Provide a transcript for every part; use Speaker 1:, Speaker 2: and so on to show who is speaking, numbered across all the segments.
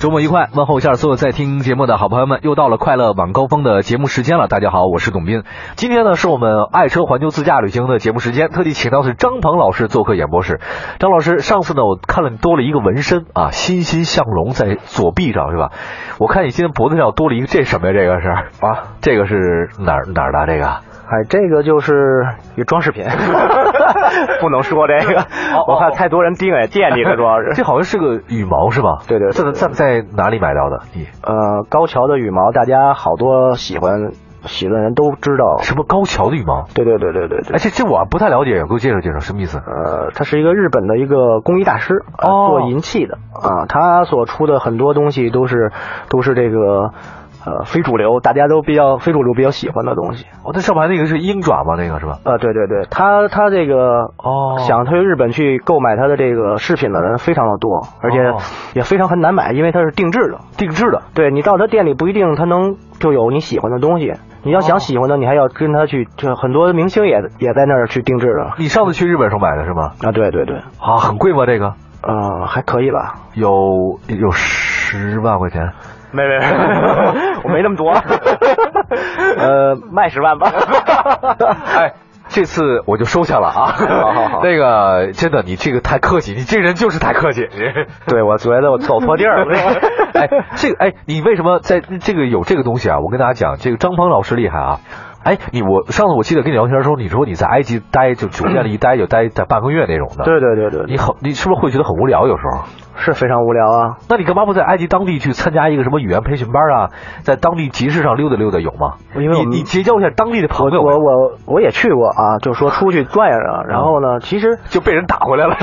Speaker 1: 周末愉快！问候一下所有在听节目的好朋友们，又到了快乐晚高峰的节目时间了。大家好，我是董斌。今天呢是我们爱车环球自驾旅行的节目时间，特地请到的是张鹏老师做客演播室。张老师，上次呢我看了你多了一个纹身啊，欣欣向荣在左臂上是吧？我看你今天脖子上多了一个，这什么呀？这个是啊，这个是哪儿哪儿的、啊？这个？
Speaker 2: 哎，这个就是一个装 饰品，不能说这个。我看太多人盯哎惦记着，主要是。
Speaker 1: 这好像是个羽毛是吧？
Speaker 2: 对对
Speaker 1: 这在在哪里买到的？你
Speaker 2: 呃，高桥的羽毛，大家好多喜欢喜欢人都知道。
Speaker 1: 什么高桥的羽毛？
Speaker 2: 对对对对对对
Speaker 1: 哎，。这这我不太了解，给我介绍介绍什么意思？
Speaker 2: 呃，他是一个日本的一个工艺大师，呃
Speaker 1: 哦
Speaker 2: 做银器的啊、他所出的很多东西都是都是这个呃非主流，大家都比较非主流比较喜欢的东西。
Speaker 1: 哦，那上面那个是鹰爪吗？那个是吧？
Speaker 2: 呃，对对对，他他这个
Speaker 1: 哦
Speaker 2: 想推日本去购买他的这个饰品的人非常的多，而且
Speaker 1: 哦
Speaker 2: 也非常很难买，因为它是定制的。
Speaker 1: 定制的。
Speaker 2: 对你到他店里不一定他能就有你喜欢的东西，你要
Speaker 1: 哦
Speaker 2: 想喜欢的，你还要跟他去，就很多明星也也在那儿去定制的。
Speaker 1: 你上次去日本时候买的是吗？
Speaker 2: 啊，对对对，
Speaker 1: 啊，很贵吗？这个
Speaker 2: 嗯、还可以吧。
Speaker 1: 有有十万块钱。
Speaker 2: 没 没没，我没那么多。呃，卖十万吧。
Speaker 1: 哎，这次我就收下了啊。
Speaker 2: 好好好
Speaker 1: 那个真的，你这个太客气，你这人就是太客气。
Speaker 2: 对，我觉得我走错地儿了。
Speaker 1: 哎，这个哎，你为什么在这个有这个东西啊？我跟大家讲，这个张鹏老师厉害啊。哎，你我上次我记得跟你聊天的时候，你说你在埃及待就酒店里一待就待待半个月那种的。，
Speaker 2: 对对对对，
Speaker 1: 你很你是不是会觉得很无聊？有时候，
Speaker 2: 是非常无聊啊。
Speaker 1: 那你干嘛不在埃及当地去参加一个什么语言培训班啊？在当地集市上溜达溜达有吗？
Speaker 2: 因为我
Speaker 1: 你
Speaker 2: 们
Speaker 1: 你结交一下当地的朋友，
Speaker 2: 我我我也去过啊，就说出去转悠转，然后呢，其实
Speaker 1: 就被人打回来 了。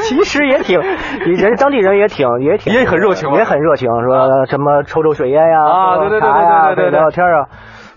Speaker 2: 其实也挺，人当地人也挺也 挺
Speaker 1: 也很热情吧
Speaker 2: 也很热情，说什么抽抽水烟呀，
Speaker 1: 啊
Speaker 2: 喝
Speaker 1: 对
Speaker 2: 喝
Speaker 1: 对对
Speaker 2: 茶呀
Speaker 1: 对对对对
Speaker 2: 聊聊天啊。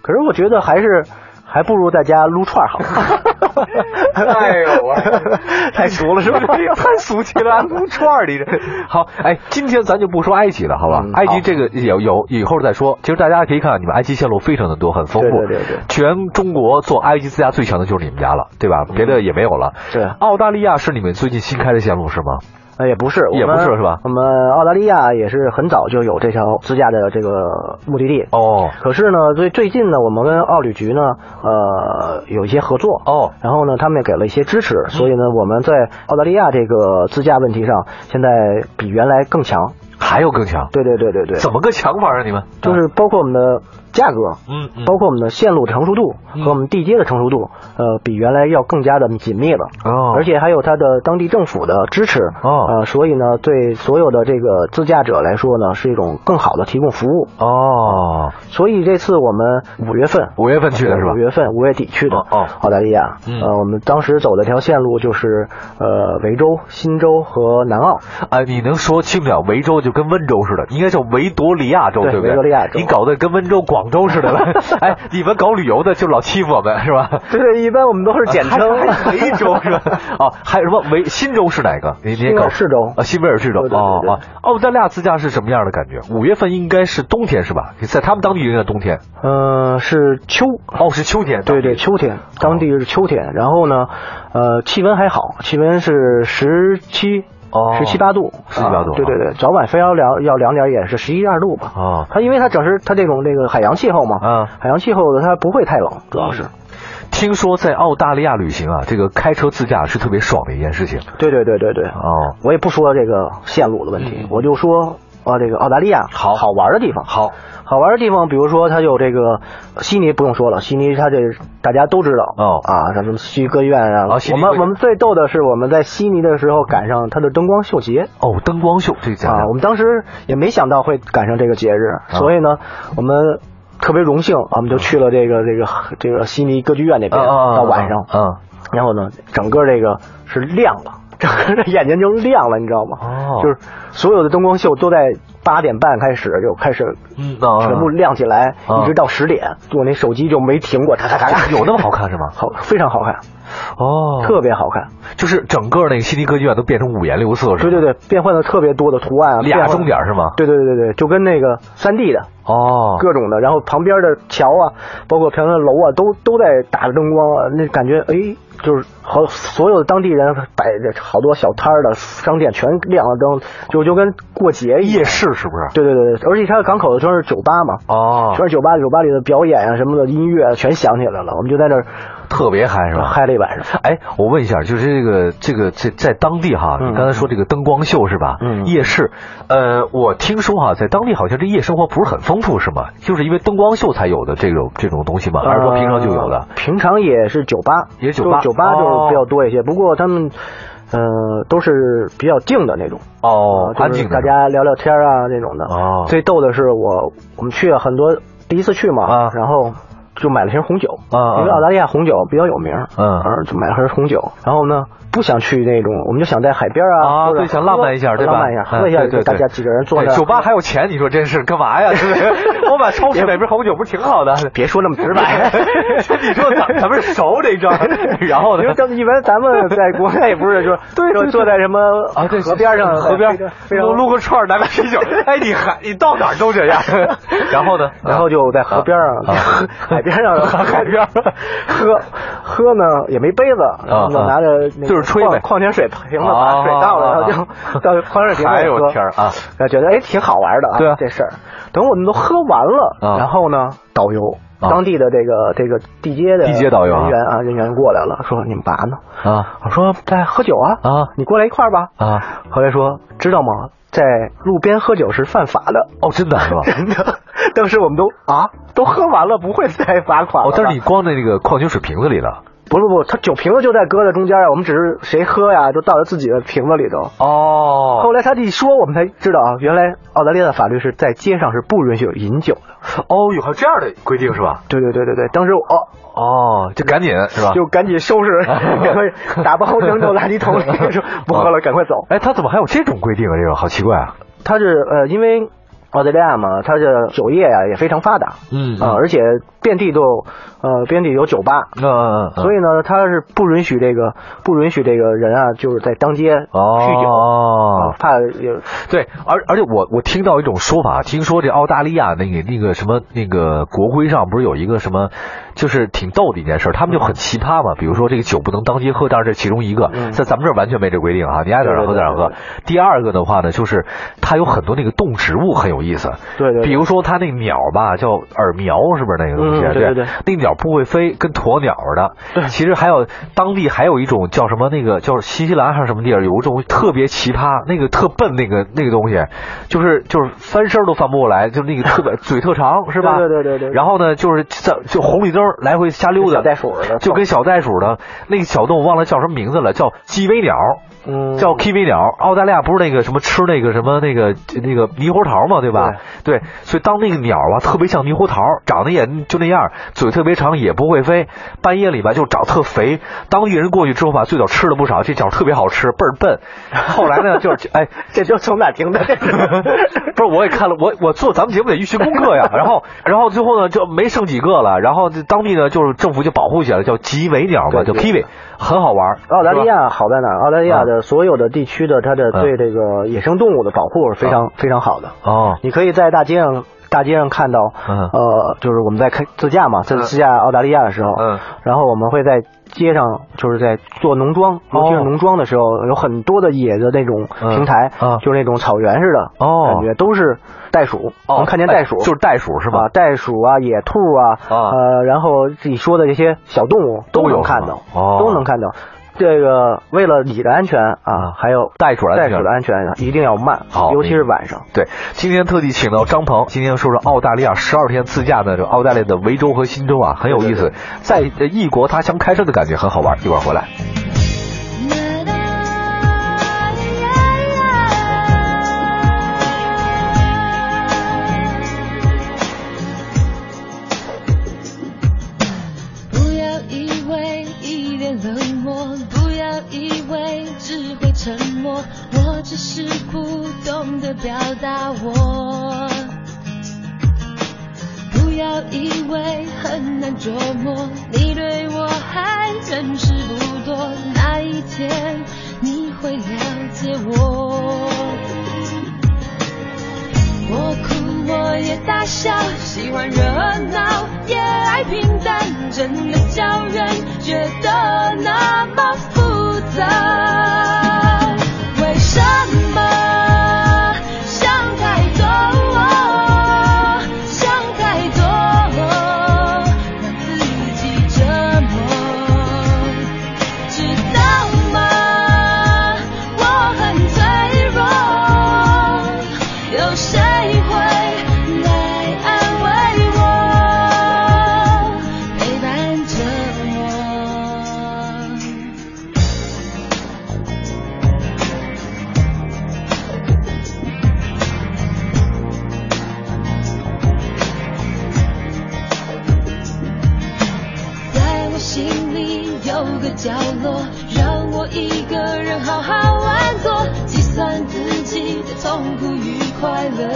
Speaker 2: 可是我觉得还是还不如在家撸串好。
Speaker 1: 哎呦我
Speaker 2: 太俗了 是吧？
Speaker 1: 哎太俗气了，撸串儿你这。好，哎，今天咱就不说埃及了，好吧？
Speaker 2: 嗯
Speaker 1: 埃及
Speaker 2: 好
Speaker 1: 这个有有以后再说。其实大家可以看，你们埃及线路非常的多，很丰富。
Speaker 2: 对对对对
Speaker 1: 全中国做埃及自驾最强的就是你们家了，对吧？别
Speaker 2: 嗯
Speaker 1: 的也没有了。
Speaker 2: 对
Speaker 1: 澳大利亚是你们最近新开的线路是吗？
Speaker 2: 啊呃，也不是，我
Speaker 1: 也不
Speaker 2: 们
Speaker 1: 是是吧
Speaker 2: 我们澳大利亚也是很早就有这条自驾的这个目的地。
Speaker 1: 哦
Speaker 2: 可是呢，最最近呢，我们跟奥旅局呢，呃，有一些合作。
Speaker 1: 哦，
Speaker 2: 然后呢，他们也给了一些支持，
Speaker 1: 嗯
Speaker 2: 所以呢，我们在澳大利亚这个自驾问题上，现在比原来更强。
Speaker 1: 还有更强？
Speaker 2: 对对对对对，
Speaker 1: 怎么个强法啊？你们
Speaker 2: 就是包括我们的价格，
Speaker 1: 嗯嗯
Speaker 2: 包括我们的线路成熟度
Speaker 1: 嗯
Speaker 2: 和我们地接的成熟度，呃，比原来要更加的紧密了。
Speaker 1: 哦
Speaker 2: 嗯而且还有它的当地政府的支持。
Speaker 1: 哦
Speaker 2: 呃，所以呢，对所有的这个自驾者来说呢，是一种更好的提供服务。
Speaker 1: 哦，
Speaker 2: 所以这次我们五月份
Speaker 1: 五月份去的是吧
Speaker 2: 五？月份五月底去的
Speaker 1: 哦哦
Speaker 2: 澳大利亚。
Speaker 1: 嗯
Speaker 2: 呃，我们当时走的条线路就是呃维州、新州和南澳。
Speaker 1: 啊，你能说清楚点？维州就跟温州似的，应该叫维多利亚州，对
Speaker 2: 对
Speaker 1: 不对？
Speaker 2: 维多利亚州
Speaker 1: 你搞得跟温州、广州似的 了。哎，你们搞旅游的就老欺负我们是吧？
Speaker 2: 对对，一般我们都是简称。
Speaker 1: 还还维州是吧？ 哦，还有什么维新州是哪个？你你也
Speaker 2: 新威
Speaker 1: 搞
Speaker 2: 尔士州
Speaker 1: 啊，新威尔士州
Speaker 2: 对对对
Speaker 1: 哦
Speaker 2: 对
Speaker 1: 哦。澳大利亚自驾是什么样的感觉？五月份应该是冬天是吧？在他们当地应该冬天，
Speaker 2: 呃，是秋。
Speaker 1: 哦是秋天。
Speaker 2: 对对，秋天，当地是秋天。然后呢，呃，气温还好，气温是十七、
Speaker 1: 哦
Speaker 2: 十七八度，
Speaker 1: 18度
Speaker 2: 啊对对对，早晚非要凉要凉点，也是十一二度吧。
Speaker 1: 哦
Speaker 2: 它因为它整是它这种这个海洋气候嘛，
Speaker 1: 嗯
Speaker 2: 海洋气候的它不会太冷，主要是。
Speaker 1: 听说在澳大利亚旅行啊，这个开车自驾是特别爽的一件事情。
Speaker 2: 对对对对对。
Speaker 1: 哦，
Speaker 2: 我也不说这个线路的问题，
Speaker 1: 嗯
Speaker 2: 我就说啊，这个澳大利亚
Speaker 1: 好
Speaker 2: 好玩的地方。
Speaker 1: 好，
Speaker 2: 好玩的地方，比如说它有这个悉尼，不用说了，悉尼它这大家都知道
Speaker 1: 哦
Speaker 2: 啊，什么悉尼歌剧院啊。
Speaker 1: 哦悉尼
Speaker 2: 我
Speaker 1: 歌剧
Speaker 2: 们
Speaker 1: 院
Speaker 2: 我们最逗的是，我们在悉尼的时候赶上它的灯光秀节
Speaker 1: 哦，灯光秀这讲
Speaker 2: 啊，
Speaker 1: 讲
Speaker 2: 我们当时也没想到会赶上这个节日，
Speaker 1: 啊
Speaker 2: 所以呢，我们特别荣幸，啊我们就去了这个这个这个悉尼歌剧院那
Speaker 1: 啊哦
Speaker 2: 边，到啊晚上，
Speaker 1: 嗯，
Speaker 2: 然后呢，整个这个是亮了，整个这眼睛就亮了，你知道吗？
Speaker 1: 哦
Speaker 2: 就是所有的灯光秀都在八点半开始就开始，
Speaker 1: 嗯啊
Speaker 2: 全部亮起来，
Speaker 1: 啊
Speaker 2: 一直到十点，我那手机就没停过，咔咔咔咔，
Speaker 1: 有那么 好看是吗？
Speaker 2: 好，非常好看，
Speaker 1: 哦
Speaker 2: 特别好看。
Speaker 1: 就是整个那个悉尼歌剧院都变成五颜六色是
Speaker 2: 对
Speaker 1: 吗？
Speaker 2: 对对，变换了特别多的图案啊，
Speaker 1: 俩
Speaker 2: 变换
Speaker 1: 钟点是吗
Speaker 2: 对对对对对，就跟那个三 D 的。
Speaker 1: 哦，
Speaker 2: 各种的，然后旁边的桥啊，包括旁边的楼啊，都都在打着灯光啊，那感觉哎，就是和所有当地人摆着好多小摊儿的商店全亮了灯，就就跟过节一样
Speaker 1: 夜。市是不是？
Speaker 2: 对对对对，而且它港口的全是酒吧嘛，
Speaker 1: 哦，
Speaker 2: 全是酒吧，酒吧里的表演啊什么的音乐啊全响起来了，我们就在那儿
Speaker 1: 特别嗨是吧？
Speaker 2: 嗨了一晚上。
Speaker 1: 哎，我问一下，就是这个这个这在当地哈，
Speaker 2: 嗯
Speaker 1: 你刚才说这个灯光秀是吧？
Speaker 2: 嗯
Speaker 1: 夜市，呃，我听说哈，在当地好像这夜生活不是很丰富，是吗？就是因为灯光秀才有的这种这种东西吗？还是说平常就有的
Speaker 2: 呃？平常也是酒吧，
Speaker 1: 也是酒吧哦
Speaker 2: 就是酒吧就是比较多一些。不过他们，呃，都是比较静的那种，
Speaker 1: 哦，
Speaker 2: 呃
Speaker 1: 安
Speaker 2: 就是
Speaker 1: 静的
Speaker 2: 大家聊聊天啊那种的。
Speaker 1: 哦
Speaker 2: 最逗的是我我们去了很多，第一次去嘛，
Speaker 1: 啊
Speaker 2: 然后就买了瓶红酒，
Speaker 1: 啊啊
Speaker 2: 因为澳大利亚红酒比较有名，
Speaker 1: 嗯
Speaker 2: 然后就买了瓶红酒。然后呢，不想去那种，我们就想在海边
Speaker 1: 啊
Speaker 2: 或者
Speaker 1: 对想浪漫一下
Speaker 2: 喝
Speaker 1: 对吧
Speaker 2: 浪漫一下，喝一下，
Speaker 1: 嗯对对对
Speaker 2: 大家几个人坐
Speaker 1: 哎
Speaker 2: 着。
Speaker 1: 酒吧还有钱，你说真是干嘛呀？对 不对？我买超市买瓶红酒不是挺 好的？，
Speaker 2: 别说那么直白
Speaker 1: 你说咱咱们熟这招，然后呢
Speaker 2: 因为？咱们一般咱们在国内不是就是
Speaker 1: 对对对
Speaker 2: 坐在什么
Speaker 1: 啊，对，
Speaker 2: 河边上
Speaker 1: 河边
Speaker 2: 非常
Speaker 1: 撸撸个串儿，来瓶啤酒。 哎，你还你到哪儿都这样。 然后呢？
Speaker 2: 然后就在河边上、
Speaker 1: 啊
Speaker 2: 海边上、
Speaker 1: 海边儿
Speaker 2: 喝喝呢，也没杯子，然后呢
Speaker 1: 啊
Speaker 2: 拿着那个
Speaker 1: 就是吹呗
Speaker 2: 矿矿泉水瓶子
Speaker 1: 啊
Speaker 2: 把水倒了，然后就 到矿泉水瓶
Speaker 1: 哎
Speaker 2: 子
Speaker 1: 呦
Speaker 2: 里
Speaker 1: 我
Speaker 2: 喝，
Speaker 1: 天儿啊，
Speaker 2: 然后觉得哎挺好玩的啊，
Speaker 1: 对啊
Speaker 2: 这事儿。等我们都喝完了，
Speaker 1: 啊
Speaker 2: 然后呢，导游。
Speaker 1: 啊
Speaker 2: 当地的这个这个地接的
Speaker 1: 地接导游啊
Speaker 2: 人员啊人员过来了，说你们干嘛呢？
Speaker 1: 啊
Speaker 2: 我说在喝酒啊
Speaker 1: 啊
Speaker 2: 你过来一块儿吧
Speaker 1: 啊！
Speaker 2: 后来说，知道吗？在路边喝酒是犯法的，
Speaker 1: 哦，真的是 吧？
Speaker 2: 真的。 当时我们都啊，都喝完了，不会再罚款了
Speaker 1: 哦
Speaker 2: 吧。，
Speaker 1: 但是你光在那个矿泉水瓶子里了。
Speaker 2: 不不不，他酒瓶子就在搁在中间啊，我们只是谁喝呀，就倒在自己的瓶子里头。
Speaker 1: 哦
Speaker 2: 后来他一说，我们才知道啊，原来澳大利亚的法律是在街上是不允许饮酒的。
Speaker 1: 哦，有还有这样的规定是吧？
Speaker 2: 对对对对对，当时我哦，
Speaker 1: 哦，就赶紧是吧？
Speaker 2: 就赶紧收 拾，赶快打包扔到垃圾桶里，说不喝了，赶快走。
Speaker 1: 哎，他怎么还有这种规定啊？这个好奇怪啊！
Speaker 2: 它是呃，因为澳大利亚嘛，它的酒业呀、也非常发达，
Speaker 1: 嗯
Speaker 2: 啊、而且遍地都有呃遍地有酒吧，
Speaker 1: 嗯嗯嗯，
Speaker 2: 所以呢，它是不允许这个不允许这个人啊，就是在当街酗酒，
Speaker 1: 哦
Speaker 2: 啊，怕有
Speaker 1: 对，而而且我我听到一种说法，听说这澳大利亚那个那个什么那个国徽上不是有一个什么，就是挺逗的一件事儿，他们就很奇葩嘛。比如说这个酒不能当街喝，当然这是其中一个，
Speaker 2: 嗯
Speaker 1: 在咱们这儿完全没这规定啊，你爱在哪儿喝在哪儿喝
Speaker 2: 对对对。
Speaker 1: 第二个的话呢，就是它有很多那个动植物很有意思，
Speaker 2: 对对对
Speaker 1: 比如说它那鸟吧叫耳苗，是不是那个东西？
Speaker 2: 嗯对对对
Speaker 1: 那鸟不会飞，跟鸵鸟似的。
Speaker 2: 对
Speaker 1: 其实还有当地还有一种叫什么那个叫新西兰还是什么地儿，有一种特别奇葩，那个特笨那个那个东西，就是就是翻身都翻不过来，就那个特别 嘴特长是吧？
Speaker 2: 对对对对对
Speaker 1: 然后呢，就是在就红绿灯来回瞎溜达，
Speaker 2: 小袋鼠似的
Speaker 1: 就跟小袋鼠的那个小动物忘了叫什么名字了，叫鸡尾鸟。
Speaker 2: 嗯
Speaker 1: 叫 kiwi 鸟，澳大利亚不是那个什么吃那个什么那个那个猕猴桃嘛，对吧？对，所以当那个鸟啊，特别像猕猴桃，长得也就那样，嘴特别长，也不会飞，半夜里吧就长特肥。当地人过去之后吧，最早吃了不少，这鸟特别好吃，倍儿笨。后来呢， 就是 哎，
Speaker 2: 这就从哪 听的？
Speaker 1: 不是，我也看了，我我做咱们节目得预习功课呀。然后，然后最后呢，就没剩几个了。然后这当地呢，就是政府就保护起来了，叫吉尾鸟嘛，
Speaker 2: 对
Speaker 1: 叫
Speaker 2: 对
Speaker 1: kiwi，很好玩儿。
Speaker 2: 澳大利
Speaker 1: 是吧，
Speaker 2: 亚好在哪儿？澳大利亚的所有的地区的它
Speaker 1: 啊
Speaker 2: 的对这个野生动物的保护是非常非常好的。
Speaker 1: 哦，
Speaker 2: 你可以在大街上大街上看到，
Speaker 1: 嗯
Speaker 2: 呃，就是我们在开自驾嘛，在
Speaker 1: 嗯
Speaker 2: 自驾澳大利亚的时候，
Speaker 1: 嗯
Speaker 2: 然后我们会在街上，就是在做农
Speaker 1: 哦
Speaker 2: 庄，尤其是农庄的时候，有很多的野的那种
Speaker 1: 嗯
Speaker 2: 平台，
Speaker 1: 啊
Speaker 2: 就是那种草原似的，
Speaker 1: 哦
Speaker 2: 感觉都是袋鼠，能看见袋鼠，
Speaker 1: 哎就是袋鼠是吧？
Speaker 2: 啊，袋鼠啊，野兔啊，
Speaker 1: 啊
Speaker 2: 呃，然后你说的这些小动物
Speaker 1: 都有
Speaker 2: 能看
Speaker 1: 是
Speaker 2: 到
Speaker 1: 吗，哦
Speaker 2: 都能看到。这个为了你的安全啊，还有
Speaker 1: 袋鼠的安
Speaker 2: 袋
Speaker 1: 全
Speaker 2: 鼠的安全啊一定要慢，
Speaker 1: 好
Speaker 2: 尤其
Speaker 1: 明
Speaker 2: 是
Speaker 1: 白
Speaker 2: 晚上。
Speaker 1: 对，今天特地请到张鹏，今天说说澳大利亚十二天自驾的这个澳大利亚的维州和新州啊，很有意思，在呃异国他乡开车的感觉很好玩，一会儿回来。
Speaker 3: 不要以为一脸冷漠，不要以为只会沉默，我只是不懂得表达我。不要以为很难琢磨，你对我还认识不多，那一天你会了解我。我哭，我也大笑，喜欢热闹，也爱平淡，真的叫人觉得那么复杂。为什么想太多，想太多，让自己折磨？知道吗？我很脆弱，有谁会来安慰我，陪伴着我？在我心里有个角落，让我一个人好好玩过，计算自己的痛苦与快乐。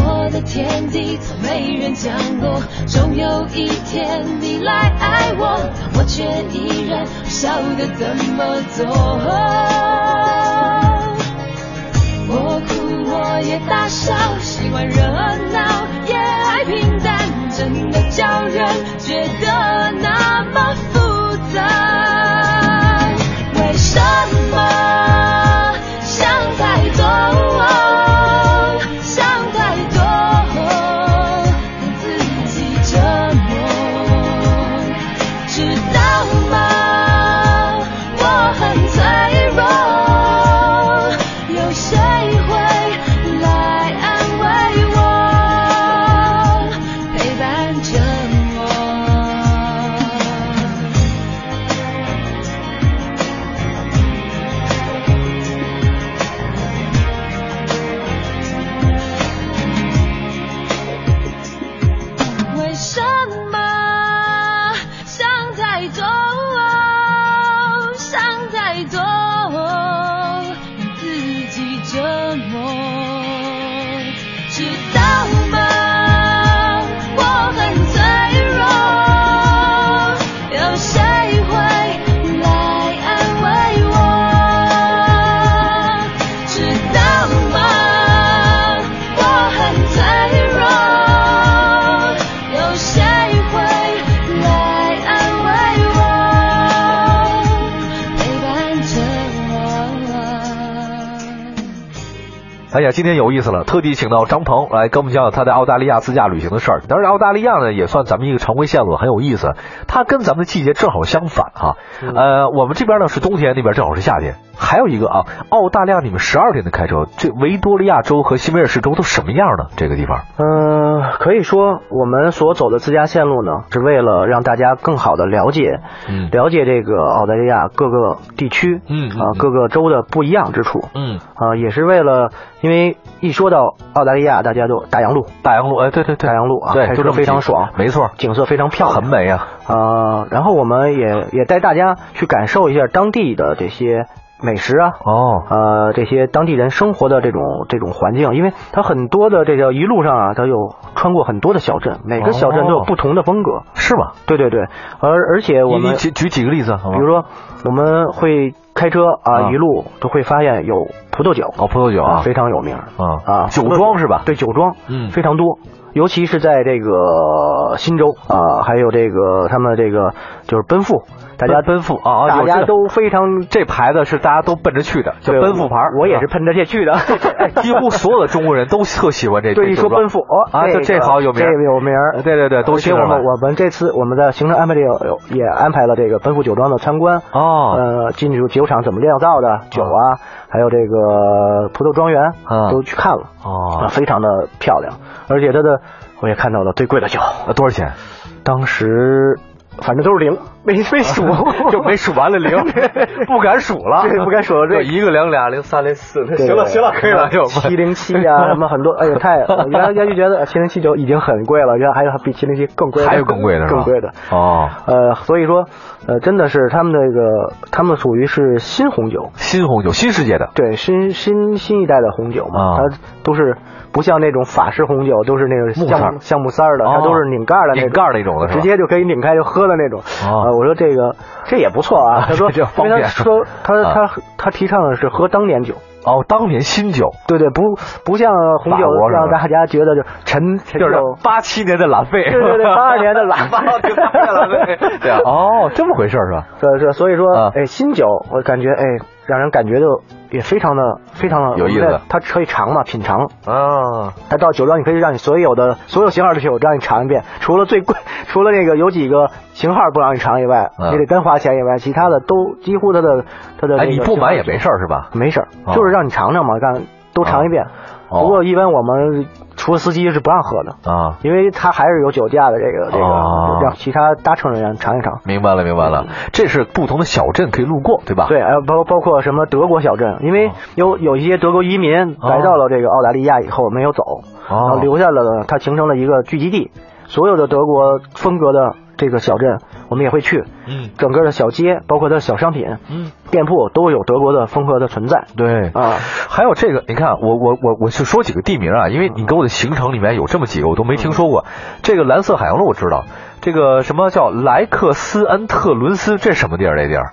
Speaker 3: 我的天地从没人降落，终有一天你来爱我，我却依然不晓得怎么做。我哭我也大笑，喜欢热闹，也爱平淡，真的叫人觉得那么复杂。为什么想太多，想太多，让自己折磨？知道吗？我很脆弱，有谁会来安慰我，陪伴着我？为什么想太多，想太多，让自己折磨？知道吗？我很脆弱，有谁会来安慰我？知道吗？我很脆弱，有谁会来安慰我，陪伴着我？
Speaker 1: 哎呀，今天有意思了，特地请到张鹏来跟我们讲讲他在澳大利亚自驾旅行的事儿。当然，澳大利亚呢也算咱们一个常规线路，很有意思。它跟咱们的季节正好相反哈、
Speaker 2: 嗯
Speaker 1: 呃，我们这边呢是冬天，那边正好是夏天。还有一个啊，澳大利亚你们十二天的开车，这维多利亚州和新威尔士州都什么样呢？这个地方
Speaker 2: 嗯、可以说我们所走的自驾线路呢，是为了让大家更好的了解，
Speaker 1: 嗯
Speaker 2: 了解这个澳大利亚各个地区，
Speaker 1: 嗯嗯
Speaker 2: 啊、
Speaker 1: 嗯
Speaker 2: 各个州的不一样之处，
Speaker 1: 嗯，
Speaker 2: 啊、也是为了，因为一说到澳大利亚，大家都大洋路，
Speaker 1: 大洋路，哎，对对对，
Speaker 2: 大洋路啊
Speaker 1: 对，
Speaker 2: 开
Speaker 1: 就
Speaker 2: 车
Speaker 1: 这么
Speaker 2: 非常
Speaker 1: 几
Speaker 2: 爽
Speaker 1: 没错，
Speaker 2: 景色非常漂亮，
Speaker 1: 很美啊。
Speaker 2: 呃，然后我们也也带大家去感受一下当地的这些美食啊，
Speaker 1: 哦，
Speaker 2: 呃，这些当地人生活的这种这种环境，因为它很多的这个一路上啊，它有穿过很多的小镇，每个小镇都有
Speaker 1: 哦
Speaker 2: 不同的风格。
Speaker 1: 是吗？
Speaker 2: 对对对，而而且我
Speaker 1: 你
Speaker 2: 们哦
Speaker 1: 你举举几个例子啊好吗？
Speaker 2: 比如说我们会开车啊，
Speaker 1: 啊
Speaker 2: 一路都会发现有葡萄酒，
Speaker 1: 哦，葡萄酒
Speaker 2: 啊
Speaker 1: 啊，
Speaker 2: 非常有名
Speaker 1: 啊
Speaker 2: 啊，
Speaker 1: 酒庄是吧？
Speaker 2: 对酒庄，
Speaker 1: 嗯
Speaker 2: 非常多，尤其是在这个新州啊，还有这个他们这个就是奔赴，大家
Speaker 1: 奔奔赴啊啊
Speaker 2: 大
Speaker 1: 有这
Speaker 2: 家
Speaker 1: 个
Speaker 2: 都非常
Speaker 1: 这牌子是大家都奔着去的，叫
Speaker 2: 对
Speaker 1: 奔赴牌儿。啊
Speaker 2: 我也是奔着这去的。
Speaker 1: 哎，几 乎所有的中国人都特喜欢这
Speaker 2: 对，
Speaker 1: 这
Speaker 2: 一说
Speaker 1: 酒庄
Speaker 2: 奔赴，哦，
Speaker 1: 啊，
Speaker 2: 这
Speaker 1: 这这
Speaker 2: 个
Speaker 1: 好有名
Speaker 2: 这
Speaker 1: 儿，呃
Speaker 2: 个有名儿。
Speaker 1: 对对对，都
Speaker 2: 而且
Speaker 1: 去
Speaker 2: 我
Speaker 1: 那
Speaker 2: 们
Speaker 1: 儿了。
Speaker 2: 我们这次我们的行程安排里有有也安排了这个奔赴酒庄的参观，
Speaker 1: 哦，
Speaker 2: 呃，进入酒厂怎么酿造的酒啊，还有这个葡萄庄园
Speaker 1: 啊
Speaker 2: 都去看了，啊，
Speaker 1: 哦，
Speaker 2: 非常的漂亮，而且它的我也看到了最贵的酒，
Speaker 1: 啊多少钱？，
Speaker 2: 当时反正都是零，没没数
Speaker 1: 就没数完了零， 不敢数了，
Speaker 2: 对不敢数 了
Speaker 1: 就
Speaker 2: 这
Speaker 1: 一个零俩零三零四，
Speaker 2: 对
Speaker 1: 行了行了，可以了，就
Speaker 2: 七零七 啊，什么很多，哎呀，太原来原来就觉得啊七零七就已经很贵了，原来还有比七零七更贵的，
Speaker 1: 还有更贵的是吧
Speaker 2: 更贵的。
Speaker 1: 哦，
Speaker 2: 呃，所以说，呃，真的是他们这个，他们属于是新红酒，
Speaker 1: 新红酒，新世界的，
Speaker 2: 对，新新新一代的红酒嘛，
Speaker 1: 啊
Speaker 2: 它都是不像那种法式红酒，都是那种
Speaker 1: 木塞儿
Speaker 2: 橡木橡木塞儿的，
Speaker 1: 哦
Speaker 2: 它都是拧盖儿的那种，
Speaker 1: 拧盖儿那种的是吧
Speaker 2: 直接就可以拧开就喝的那种。
Speaker 1: 哦
Speaker 2: 啊，我说这 个这也不错啊。他说，
Speaker 1: 这方
Speaker 2: 因为
Speaker 1: 便
Speaker 2: 他说他
Speaker 1: 啊
Speaker 2: 他他提倡的是喝当年酒。
Speaker 1: 哦，当年新酒，
Speaker 2: 对对，不不像红
Speaker 1: 法
Speaker 2: 酒
Speaker 1: 国是吧
Speaker 2: 让大家觉得就陈 陈
Speaker 1: 就是
Speaker 2: 酒，
Speaker 1: 八七年的拉菲，
Speaker 2: 哎对对对82年的拉 菲
Speaker 1: 82年的拉 菲，对啊，哦，这么回事儿是吧？
Speaker 2: 对对，所以说
Speaker 1: 啊
Speaker 2: 哎新酒我感觉哎让人感觉就也非常的非常的
Speaker 1: 有意思
Speaker 2: 我们在它可以尝嘛品尝，
Speaker 1: 啊，
Speaker 2: 它到酒庄你可以让你所有的所有型号的酒让你尝一遍，除了最贵 除了那个有几个型号不让你尝以外，
Speaker 1: 啊
Speaker 2: 你得单花钱以外，其他的都几乎它的它的
Speaker 1: 哎，
Speaker 2: 那个
Speaker 1: 你不
Speaker 2: 型号
Speaker 1: 买也
Speaker 2: 酒
Speaker 1: 没事儿是吧？
Speaker 2: 没事儿
Speaker 1: 哦，
Speaker 2: 就是让你尝尝嘛，干都尝一遍。
Speaker 1: 哦
Speaker 2: 不过一般我们除了司机是不让喝的，
Speaker 1: 啊，
Speaker 2: 因为他还是有酒驾的这个这
Speaker 1: 哦
Speaker 2: 个，让其他搭乘人员尝一尝。
Speaker 1: 明白了明白了，这是不同的小镇可以路过对吧？，
Speaker 2: 嗯对，还有包包括什么德国小镇，因为有有一些德国移民
Speaker 1: 哦
Speaker 2: 来到了这个澳大利亚以后没有走，然后留下了它形成了一个聚集地。所有的德国风格的这个小镇，我们也会去。
Speaker 1: 嗯
Speaker 2: 整个的小街，包括它的小商品、
Speaker 1: 嗯，
Speaker 2: 店铺，都有德国的风格的存在。
Speaker 1: 对
Speaker 2: 啊，
Speaker 1: 还有这个，你看啊我我我我去说几个地名啊，因为你给我的行程里面有这么几个我都没听说过。这个蓝色海洋路我知道，这个什么叫莱克斯恩特伦斯，这什么地儿？这地儿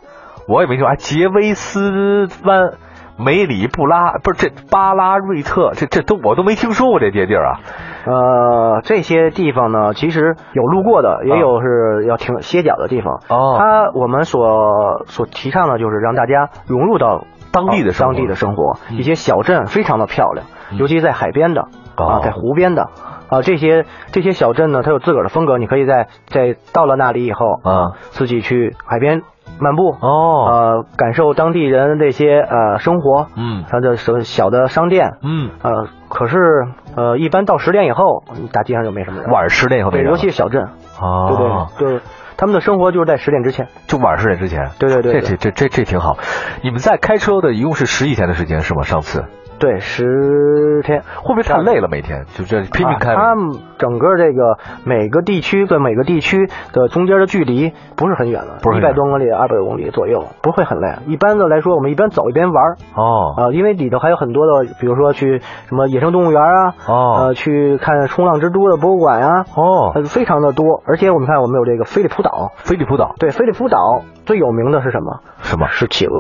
Speaker 1: 我也没听说。哎，杰威斯湾、梅里布拉不是这巴拉瑞特，这这都我都没听说过这些地儿啊。
Speaker 2: 呃，这些地方呢，其实有路过的，也有是要停歇脚的地方。
Speaker 1: 啊哦
Speaker 2: 它我们所所提倡的就是让大家融入到
Speaker 1: 当地的生活
Speaker 2: 当地的生活，
Speaker 1: 嗯
Speaker 2: 一些小镇非常的漂亮，
Speaker 1: 嗯
Speaker 2: 尤其在海边的、
Speaker 1: 哦
Speaker 2: 啊，在湖边的。啊，这些这些小镇呢，它有自个儿的风格，你可以在在到了那里以后
Speaker 1: 啊，
Speaker 2: 自己去海边漫步，
Speaker 1: 哦，
Speaker 2: 呃，感受当地人这些呃生活，
Speaker 1: 嗯
Speaker 2: 它的小小的商店，
Speaker 1: 嗯，
Speaker 2: 呃，可是呃，一般到十点以后，嗯大街上就没什么人。
Speaker 1: 晚上十点以后没
Speaker 2: 对，
Speaker 1: 人
Speaker 2: 尤
Speaker 1: 了
Speaker 2: 其是小镇，
Speaker 1: 啊，
Speaker 2: 对对对，他们的生活就是在十点之前。
Speaker 1: 就晚上十点之前。
Speaker 2: 对对
Speaker 1: 这
Speaker 2: 对
Speaker 1: 这这这这挺好。你们在开车的一共是十几天的时间是吗？上次。
Speaker 2: 对，十天
Speaker 1: 会不会太累了？每天就这拼命开
Speaker 2: 啊。
Speaker 1: 门、
Speaker 2: 他们整个这个每个地区的每个地区的中间的距离不是很远了，
Speaker 1: 不是很
Speaker 2: 一
Speaker 1: 远
Speaker 2: 百多公里、二百公里左右，不会很累。一般的来说，我们一边走一边玩儿
Speaker 1: 哦
Speaker 2: 啊、因为里头还有很多的，比如说去什么野生动物园啊，
Speaker 1: 哦
Speaker 2: 呃，去看冲浪之都的博物馆啊，
Speaker 1: 哦，
Speaker 2: 呃，非常的多。而且我们看，我们有这个菲利普岛，
Speaker 1: 菲利普岛
Speaker 2: 对，菲利普岛最有名的是什么？
Speaker 1: 什么？
Speaker 2: 是企鹅。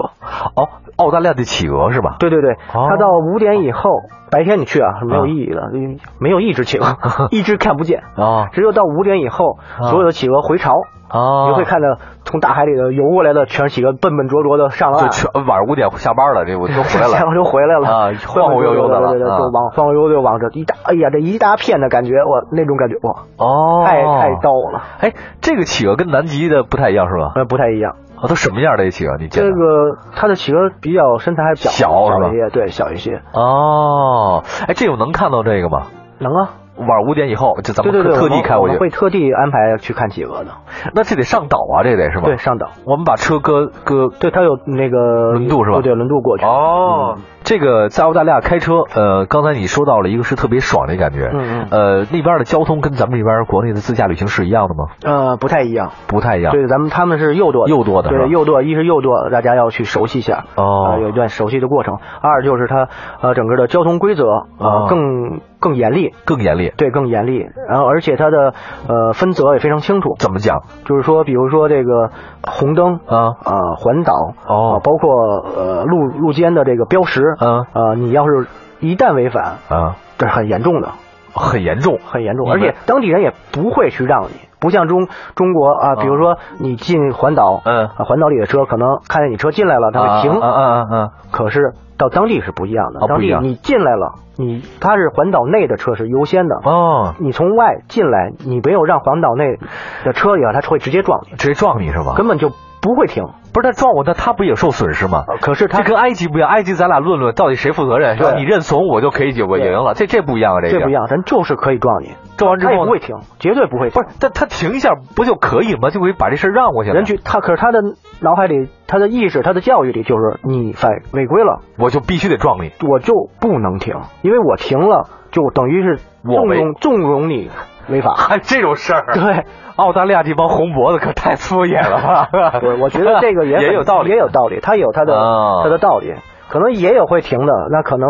Speaker 1: 哦，澳大利亚的企鹅是吧？
Speaker 2: 对对对，
Speaker 1: 哦嗯
Speaker 2: 它到五点以后，白天你去啊是没有意义的，因为没有一只企鹅， 一只看不见。
Speaker 1: 啊
Speaker 2: 只有到五点以后，
Speaker 1: 啊
Speaker 2: 所有的企鹅回巢，
Speaker 1: 啊，
Speaker 2: 你会看到从大海里头游过来的全是企鹅，笨笨拙拙的上了
Speaker 1: 就
Speaker 2: 岸。
Speaker 1: 全晚上五点下班了，这我都回 来
Speaker 2: 然后
Speaker 1: 了。
Speaker 2: 就回来了
Speaker 1: 啊晃晃悠悠的了
Speaker 2: 对对对
Speaker 1: 啊
Speaker 2: 对，就往晃晃悠悠往这一大，哎呀，这一大片的感觉，哇，那种感觉，哇，
Speaker 1: 哦，
Speaker 2: 太太。逗了，
Speaker 1: 哎，这个企鹅跟南极的不太一样是吧？
Speaker 2: 呃，不太一样。
Speaker 1: 哦，都什么样的企鹅？你见
Speaker 2: 这
Speaker 1: 的？
Speaker 2: 个它的企鹅比较身材还小，
Speaker 1: 小是吧
Speaker 2: 一些，对，小一些，
Speaker 1: 哦，哎，这有能看到这个吗？
Speaker 2: 能啊。
Speaker 1: 晚上五点以后，就咱
Speaker 2: 对
Speaker 1: 们
Speaker 2: 对对，
Speaker 1: 特
Speaker 2: 我
Speaker 1: 地
Speaker 2: 们
Speaker 1: 开
Speaker 2: 我
Speaker 1: 过
Speaker 2: 们
Speaker 1: 去，
Speaker 2: 会特地安排去看企鹅的，
Speaker 1: 那这得上岛啊，这得是吧？
Speaker 2: 对，，上岛，
Speaker 1: 我们把车搁搁
Speaker 2: 对，它有那个
Speaker 1: 轮渡是吧
Speaker 2: 对对，轮渡过去。
Speaker 1: 哦，这个在澳大利亚开车，呃，刚才你说到了一个是特别爽的感觉，
Speaker 2: 嗯嗯
Speaker 1: 呃，那边的交通跟咱们这边国内的自驾旅行是一样的吗？
Speaker 2: 呃，不太一样，
Speaker 1: 不太一样。
Speaker 2: 对，咱们他们是右舵的，
Speaker 1: 右舵的是吧
Speaker 2: 对，右舵，一是右舵，大家要去熟悉一下，
Speaker 1: 哦
Speaker 2: 呃有一段熟悉的过程。二就是它呃整个的交通规则
Speaker 1: 哦
Speaker 2: 呃更更严厉，
Speaker 1: 更严厉。
Speaker 2: 对，更严厉，然后而且它的呃分则也非常清楚，
Speaker 1: 怎么讲
Speaker 2: 就是说，比如说这个红灯
Speaker 1: 啊？
Speaker 2: 呃环岛
Speaker 1: 哦
Speaker 2: 啊包括呃路路肩的这个标识，
Speaker 1: 嗯
Speaker 2: 呃，你要是一旦违反，
Speaker 1: 啊，
Speaker 2: 这是很严重的，
Speaker 1: 很严重。
Speaker 2: 很严重，
Speaker 1: 明
Speaker 2: 而
Speaker 1: 白
Speaker 2: 且当地人也不会去让你，不像中中国啊，比如说你进环岛，
Speaker 1: 嗯
Speaker 2: 啊环岛里的车可能看见你车进来了，他会停，
Speaker 1: 啊啊啊啊！
Speaker 2: 可是到当地是不一样的，
Speaker 1: 哦
Speaker 2: 当
Speaker 1: 不一
Speaker 2: 地
Speaker 1: 样
Speaker 2: 你进来了，你他是环岛内的车是优先的。
Speaker 1: 哦，
Speaker 2: 你从外进来，你没有让环岛内的车也，他会直接撞你，
Speaker 1: 直接撞你是吗？
Speaker 2: 根本就不会停。
Speaker 1: 不是他撞我，那他不也受损失吗？
Speaker 2: 呃可是他
Speaker 1: 哦这跟埃及不一样，埃及咱俩论论到底谁负责任，是吧？
Speaker 2: 对
Speaker 1: 你认怂我就可以解我赢了，这这不一样啊，这
Speaker 2: 这不一
Speaker 1: 样。
Speaker 2: 样，咱就是可以撞你，
Speaker 1: 撞完之
Speaker 2: 他也
Speaker 1: 后
Speaker 2: 不
Speaker 1: 呢
Speaker 2: 会停，绝对不会
Speaker 1: 不
Speaker 2: 停。
Speaker 1: 是，但他停一下不就可以吗？就可以把这事儿让过去了。
Speaker 2: 人去他，可是他的脑海里、他的意识、他的教育里就是你犯违规了，
Speaker 1: 我就必须得撞你。
Speaker 2: 我就不能停，因为我停了就等于是
Speaker 1: 我
Speaker 2: 纵
Speaker 1: 违
Speaker 2: 容纵容你违 法。
Speaker 1: 还这种事儿？
Speaker 2: 对，
Speaker 1: 澳大利亚这帮红脖子可太敷衍了 吧？
Speaker 2: 我我觉得这个 也
Speaker 1: 也
Speaker 2: 很
Speaker 1: 有道理，
Speaker 2: 也有道理，他有他的
Speaker 1: 啊
Speaker 2: 他的道理，可能也有会停的，那可能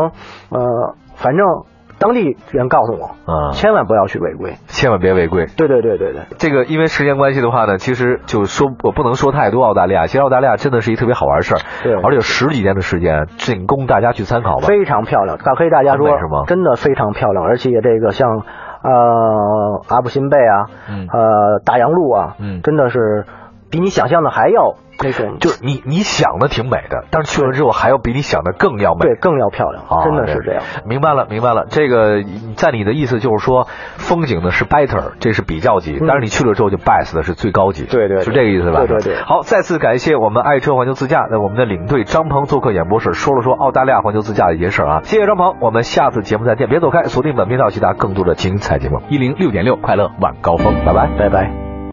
Speaker 2: 呃，反正当地人告诉我，
Speaker 1: 啊，
Speaker 2: 千万不要去违规。
Speaker 1: 千万别违规。
Speaker 2: 对对对对对，
Speaker 1: 这个因为时间关系的话呢，其实就说我不能说太多澳大利亚，其实澳大利亚真的是一特别好玩的事儿，
Speaker 2: 对
Speaker 1: 而且有十几天的时间，仅供大家去参考吧。
Speaker 2: 非常漂亮，可以大家说
Speaker 1: 很美是吗
Speaker 2: 真的非常漂亮，而且这个像呃阿布辛贝啊，
Speaker 1: 嗯
Speaker 2: 呃大洋路啊，
Speaker 1: 嗯
Speaker 2: 真的是比你想象的还要那种，
Speaker 1: 就是你你想的挺美的，但是去了之后还要比你想的更要美
Speaker 2: 对。更要漂亮，
Speaker 1: 啊
Speaker 2: 真的是这样。。
Speaker 1: 明白了，明白了。这个你在你的意思就是说，风景呢是 better，这是比较级，
Speaker 2: 嗯
Speaker 1: 但是你去了之后就 best 的是最高级。
Speaker 2: 对对对
Speaker 1: 是这个意思吧？
Speaker 2: 对对对
Speaker 1: 好，再次感谢我们爱车环球自驾的我们的领队张鹏做客演播室，说了说澳大利亚环球自驾的一些事儿啊。谢谢张鹏，我们下次节目再见，别走开，锁定本频道，其他更多的精彩节目。一零六点六，快乐晚高峰，拜拜，
Speaker 2: 拜拜。